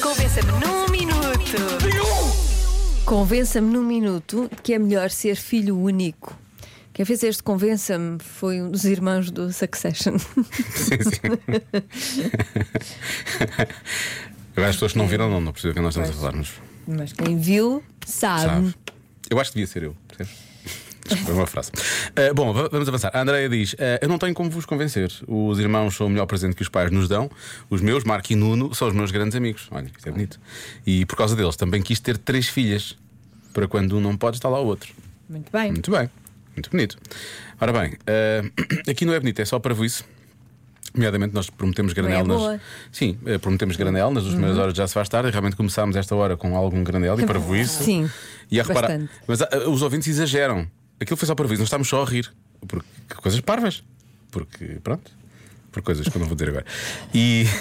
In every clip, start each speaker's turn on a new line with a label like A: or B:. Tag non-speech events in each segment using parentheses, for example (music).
A: Convença-me num minuto.
B: Convença-me num minuto que é melhor ser filho único. Quem fez este Convença-me foi um dos irmãos do Succession.
C: Sim, sim. Agora as pessoas que não viram não, não percebem o que nós estamos a falar, mas
B: Mas quem viu sabe.
C: sabe. Eu acho que devia ser eu, percebes? Desculpa, é uma frase. Ah, bom, va- vamos avançar. A Andrea diz: "Ah, Eu não tenho como vos convencer. Os irmãos são o melhor presente que os pais nos dão. Os meus, Marco e Nuno, são os meus grandes amigos. Olha, isto é bonito. E por causa deles também quis ter três filhas. Para quando um não pode, está lá o outro.
B: Muito bem.
C: Muito bem, muito bonito. Ora bem, ah, (clears throat) aqui não é bonito, é só para isso. Nomeadamente, nós prometemos granel
B: é boa. Uhum.
C: nas. Sim, eh, prometemos granel nas duas primeiras horas já se faz tarde. e Realmente começámos esta hora com algum granel e para isso.
B: Sim,
C: E a reparar.
B: bastante.
C: Mas ah, os ouvintes exageram. Aquilo foi só para isso, nós estamos só a rir. Porque que coisas parvas. Porque, pronto. Por coisas que eu não vou dizer agora. E. (laughs)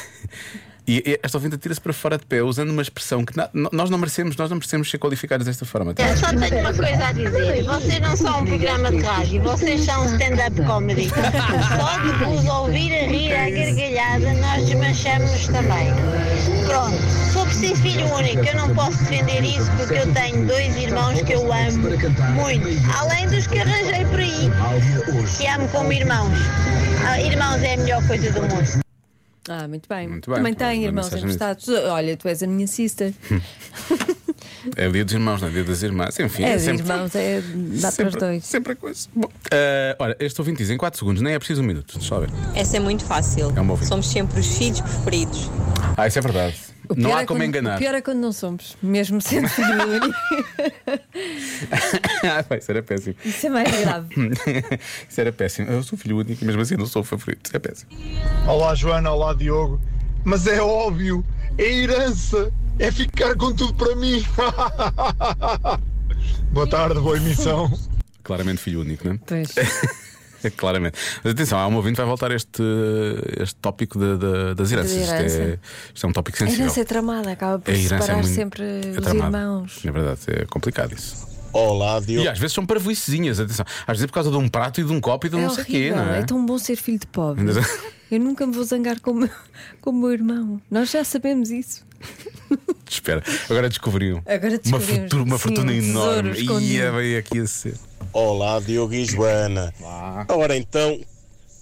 C: E esta ouvinte tira-se para fora de pé usando uma expressão que na- nós não merecemos, nós não merecemos ser qualificados desta forma. Tá?
D: Eu só tenho uma coisa a dizer. Vocês não são um programa de rádio, vocês são um stand-up comedy. Só de vos ouvir a rir à gargalhada, nós desmanchamos também. Pronto, sou preciso filho único, eu não posso defender isso porque eu tenho dois irmãos que eu amo muito. Além dos que arranjei por aí, que amo como irmãos. Ah, Irmãos é a melhor coisa do mundo.
B: Ah, muito bem.
C: Muito bem.
B: Também
C: Uma-
B: tem
C: uma
B: irmãos é
C: mensagem
B: emprestados. Olha, tu és a minha sister.
C: É o dia dos irmãos, não é dia das irmãs. Enfim,
B: É,
C: é
B: os
C: sempre,
B: irmãos, é, dá para os
C: sempre,
B: dois.
C: sempre a coisa. Bom, ah, olha, este ouvinte diz em 4 segundos, nem é preciso um minuto. Deixa eu ver.
E: Essa é muito fácil.
C: É um bom filho.
E: Somos sempre os filhos preferidos.
C: Ah, isso é verdade.
B: O
C: Não
B: pior
C: há
B: é
C: como
B: quando-
C: enganar.
B: O pior é quando não somos, mesmo sendo filho único.
C: (laughs) ah, vai, isso era péssimo. (laughs)
B: Isso é mais grave.
C: isso era péssimo. Eu sou filho único, mesmo assim não sou o favorito. Isso é péssimo.
F: Olá Joana, olá Diogo. Mas é óbvio, é herança, é ficar com tudo para mim. (laughs) boa tarde, boa emissão.
C: Claramente filho único, não é?
B: Pois.
C: (laughs) Claramente. Mas atenção, há um ouvinte que vai voltar a este, este tópico da- da- das heranças. Isto é-
B: herança.
C: Isto é um tópico
B: A
C: sensível.
B: herança é tramada, acaba por
C: A herança é
B: separar
C: muito-
B: sempre
C: é
B: os
C: tramado.
B: irmãos.
C: É verdade, é complicado isso.
G: Olá,
C: E
G: Diogo.
C: às vezes são parvoicezinhas, atenção. Às vezes por causa de um prato e de um copo e de um
B: é
C: não sei quê,
B: horrível,
C: não é?
B: é tão bom ser filho de pobre. (laughs) Eu nunca me vou zangar com o meu, (laughs) com o meu irmão. Nós já sabemos isso.
C: Espera, agora descobriam.
B: Agora
C: uma
B: descobrimos.
C: fortuna, uma
B: Sim,
C: fortuna
B: um tesouro
C: enorme. Ia
B: escondido.
C: bem aqui a ser.
G: Olá, Diogo e Joana. Ora então,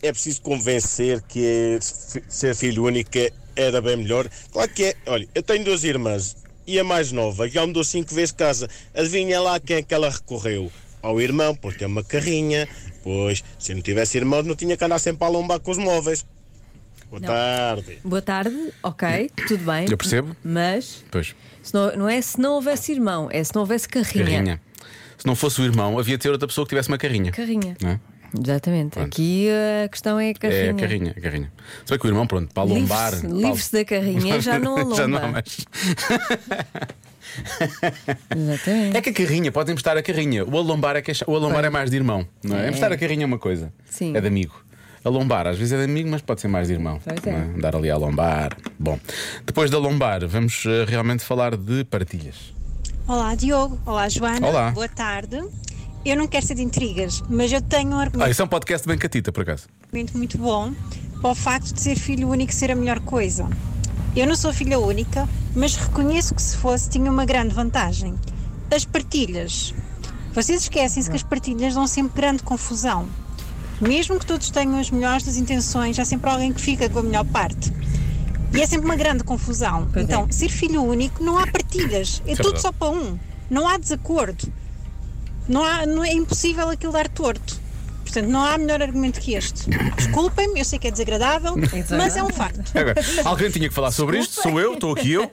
G: é preciso convencer que fi- ser filho único era bem melhor. Claro que é. Olha, eu tenho duas irmãs e a mais nova já mudou cinco vezes de casa. Adivinha lá quem é que ela recorreu? Ao irmão, porque tem uma carrinha. Pois, se não tivesse irmãos, não tinha que andar sempre a lombar com os móveis. Boa tarde.
B: Boa tarde, ok, tudo bem.
C: Eu percebo.
B: Mas
C: Pois,
B: se não, não é se não houvesse irmão, é se não houvesse carrinha.
C: carrinha. Se não fosse o irmão, havia de ter outra pessoa que tivesse uma carrinha.
B: Carrinha.
C: Não é?
B: Exatamente. Aqui uh, a questão é a carrinha.
C: É a carrinha, a carrinha. Se bem que o irmão, pronto, para lombar.
B: Livre-se-
C: para-
B: livre-se da carrinha, já
C: (laughs)
B: não alomba.
C: já não há mais.
B: Exatamente.
C: É que a carrinha, podem emprestar a carrinha. O alombar é, que é, cha- o alombar é mais de irmão, não é?
B: É.
C: Emprestar a carrinha é uma coisa,
B: Sim.
C: é de amigo. Alombar, às vezes é de amigo, mas pode ser mais de irmão.
B: Pois é.
C: não Andar ali a lombar. Bom, depois da lombar, vamos eh, realmente falar de partilhas.
H: Olá Diogo, olá Joana,
C: Olá.
H: boa tarde. Eu não quero ser de intrigas, mas eu tenho um
C: Ah,
H: argumento
C: isso é um podcast bem catita, por acaso.
H: muito bom para o facto de ser filho único ser a melhor coisa. Eu não sou filha única, mas reconheço que se fosse tinha uma grande vantagem. As partilhas. Vocês esquecem-se que as partilhas dão sempre grande confusão. Mesmo que todos tenham as melhores das intenções, há sempre alguém que fica com a melhor parte. E é sempre uma grande confusão.
B: Pois é.
H: então, ser filho único não há partilhas, é
C: Isso é
H: tudo
C: verdade.
H: só para um. Não há desacordo. Não há, não é impossível aquilo dar torto. Portanto, não há melhor argumento que este. Desculpem-me, eu sei que é desagradável, mas é um facto.
B: (laughs)
C: Agora, alguém tinha que falar sobre isto, sou eu, estou aqui eu.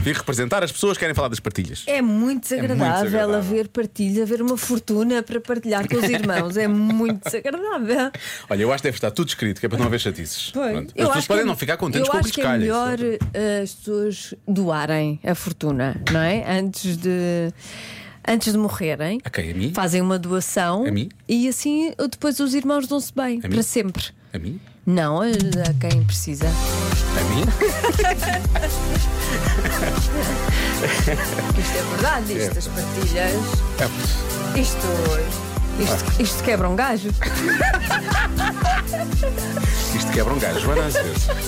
C: Vim representar as pessoas que querem falar das partilhas.
B: É muito desagradável,
C: desagradável.
B: haver partilha, haver uma fortuna para partilhar com os irmãos. é muito desagradável.
C: Olha, eu acho que deve estar tudo escrito, que é para não haver chatices. Pronto. As
B: Eu
C: pessoas
B: acho
C: podem
B: que-
C: não ficar contentes
B: eu
C: com o
B: acho
C: que lhes
B: que é
C: calha.
B: melhor eh, as pessoas doarem a fortuna, não é? Antes de. Antes de morrerem,
C: A quem? A mim?
B: fazem uma doação
C: A mim?
B: e assim depois os irmãos dão-se bem
C: A mim?
B: para sempre.
C: A mim?
B: Não, a a quem precisa.
C: A mim?
B: Isto é verdade, isto, as partilhas.
C: É.
B: Isto.
C: Ah.
B: Isto, isto quebra um gajo.
C: Isto quebra um gajo, Joana, às vezes.